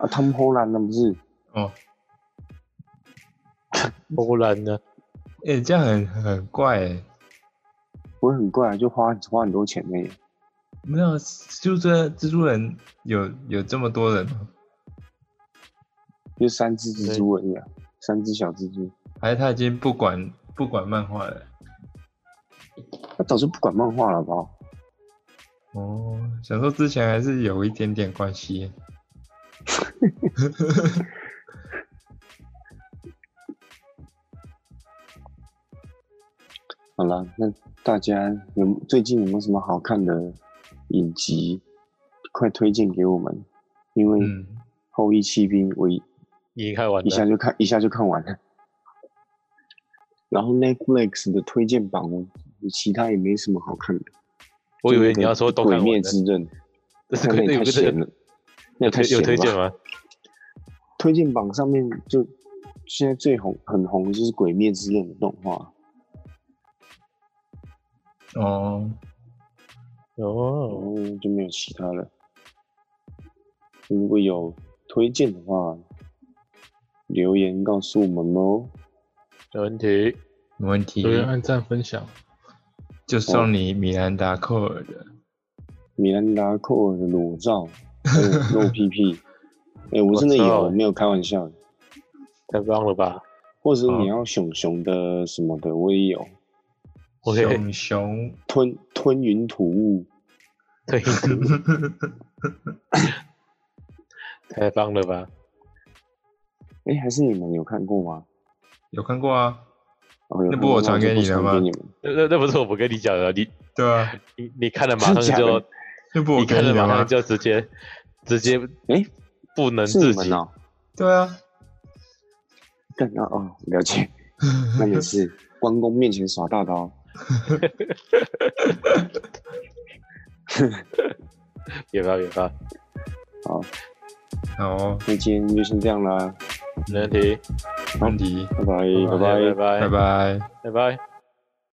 A: 啊，汤姆虎烂那不是
B: 哦，
C: 波兰呢？
B: 哎，这样很很怪哎。
A: 我很怪，就花花很多钱那个，
B: 没有，蜘蛛人蜘蛛人有有这么多人吗？
A: 就三只蜘蛛而已啊，三只小蜘蛛，
B: 还是他已经不管不管漫画了？
A: 他早就不管漫画了吧？
B: 哦，想说之前还是有一点点关系。
A: 好啦，那大家有最近有没有什么好看的影集，快推荐给我们，因为《
B: 嗯，
A: 后羿弃兵》我一
C: 你已经看完
A: 一下
C: 了，
A: 就看一下就看完了，然后 Netflix 的推荐榜，我其他也没什么好看的。
C: 我以为你要说都
A: 《
C: 看完
A: 鬼灭
C: 了。
A: 之刃》，
C: 这是
A: 那
C: 可以
A: 也
C: 有
A: 太
C: 个
A: 闲了，那也太闲
C: 有
A: 了吧
C: 推荐吗？
A: 推荐榜上面就现在最红很红的就是《鬼灭之刃》的动画，
B: 哦，
A: 然
C: 哦，
A: 后就没有其他了。如果有推荐的话，留言告诉我们哦。
C: 没问题。
B: 没问题
D: 留，
C: 啊
D: 言、按赞、分享，
B: 就送你米兰达寇尔的。
A: 米兰达·寇尔的裸 照，还有露屁屁，哎、我真的
C: 我知
A: 有，
C: 道欸
A: 我没有开玩笑的。
C: 太棒了 吧！
A: 或者是
B: 好
A: 你要熊熊的什么的，我也有。
C: OK
B: 熊熊，
A: 吞吞云吐雾，
C: 对，太棒了吧！
A: 哎、还是你们有看过吗？
B: 有看过啊，
A: 哦、有
B: 那
A: 看
B: 不
A: 过
B: 我传
A: 就
B: 给
A: 不
B: 你了
A: 传
B: 吗
A: 给你们
C: 那那那不是我不跟你讲的，你
B: 对啊，
C: 你你看了马
A: 真的
C: 上
A: 假
C: 就
A: 的，
B: 那不我
C: 你
B: 给
C: 看了
B: 的
C: 马
B: 吗
C: 上？就直接直接
A: 哎
C: 不能
A: 是
C: 自
A: 你
C: 己
A: 们哦、
B: 对啊，
A: 干啊哦，了 解，那也是关公面前耍大刀，
C: 有没有有没有？
B: 好哦，
A: 那今天就先这样啦，
C: 没问题，
B: 问题，
A: 拜拜拜哦
C: 拜拜
A: 拜。
B: 拜
C: 拜
B: 拜。
C: 拜拜。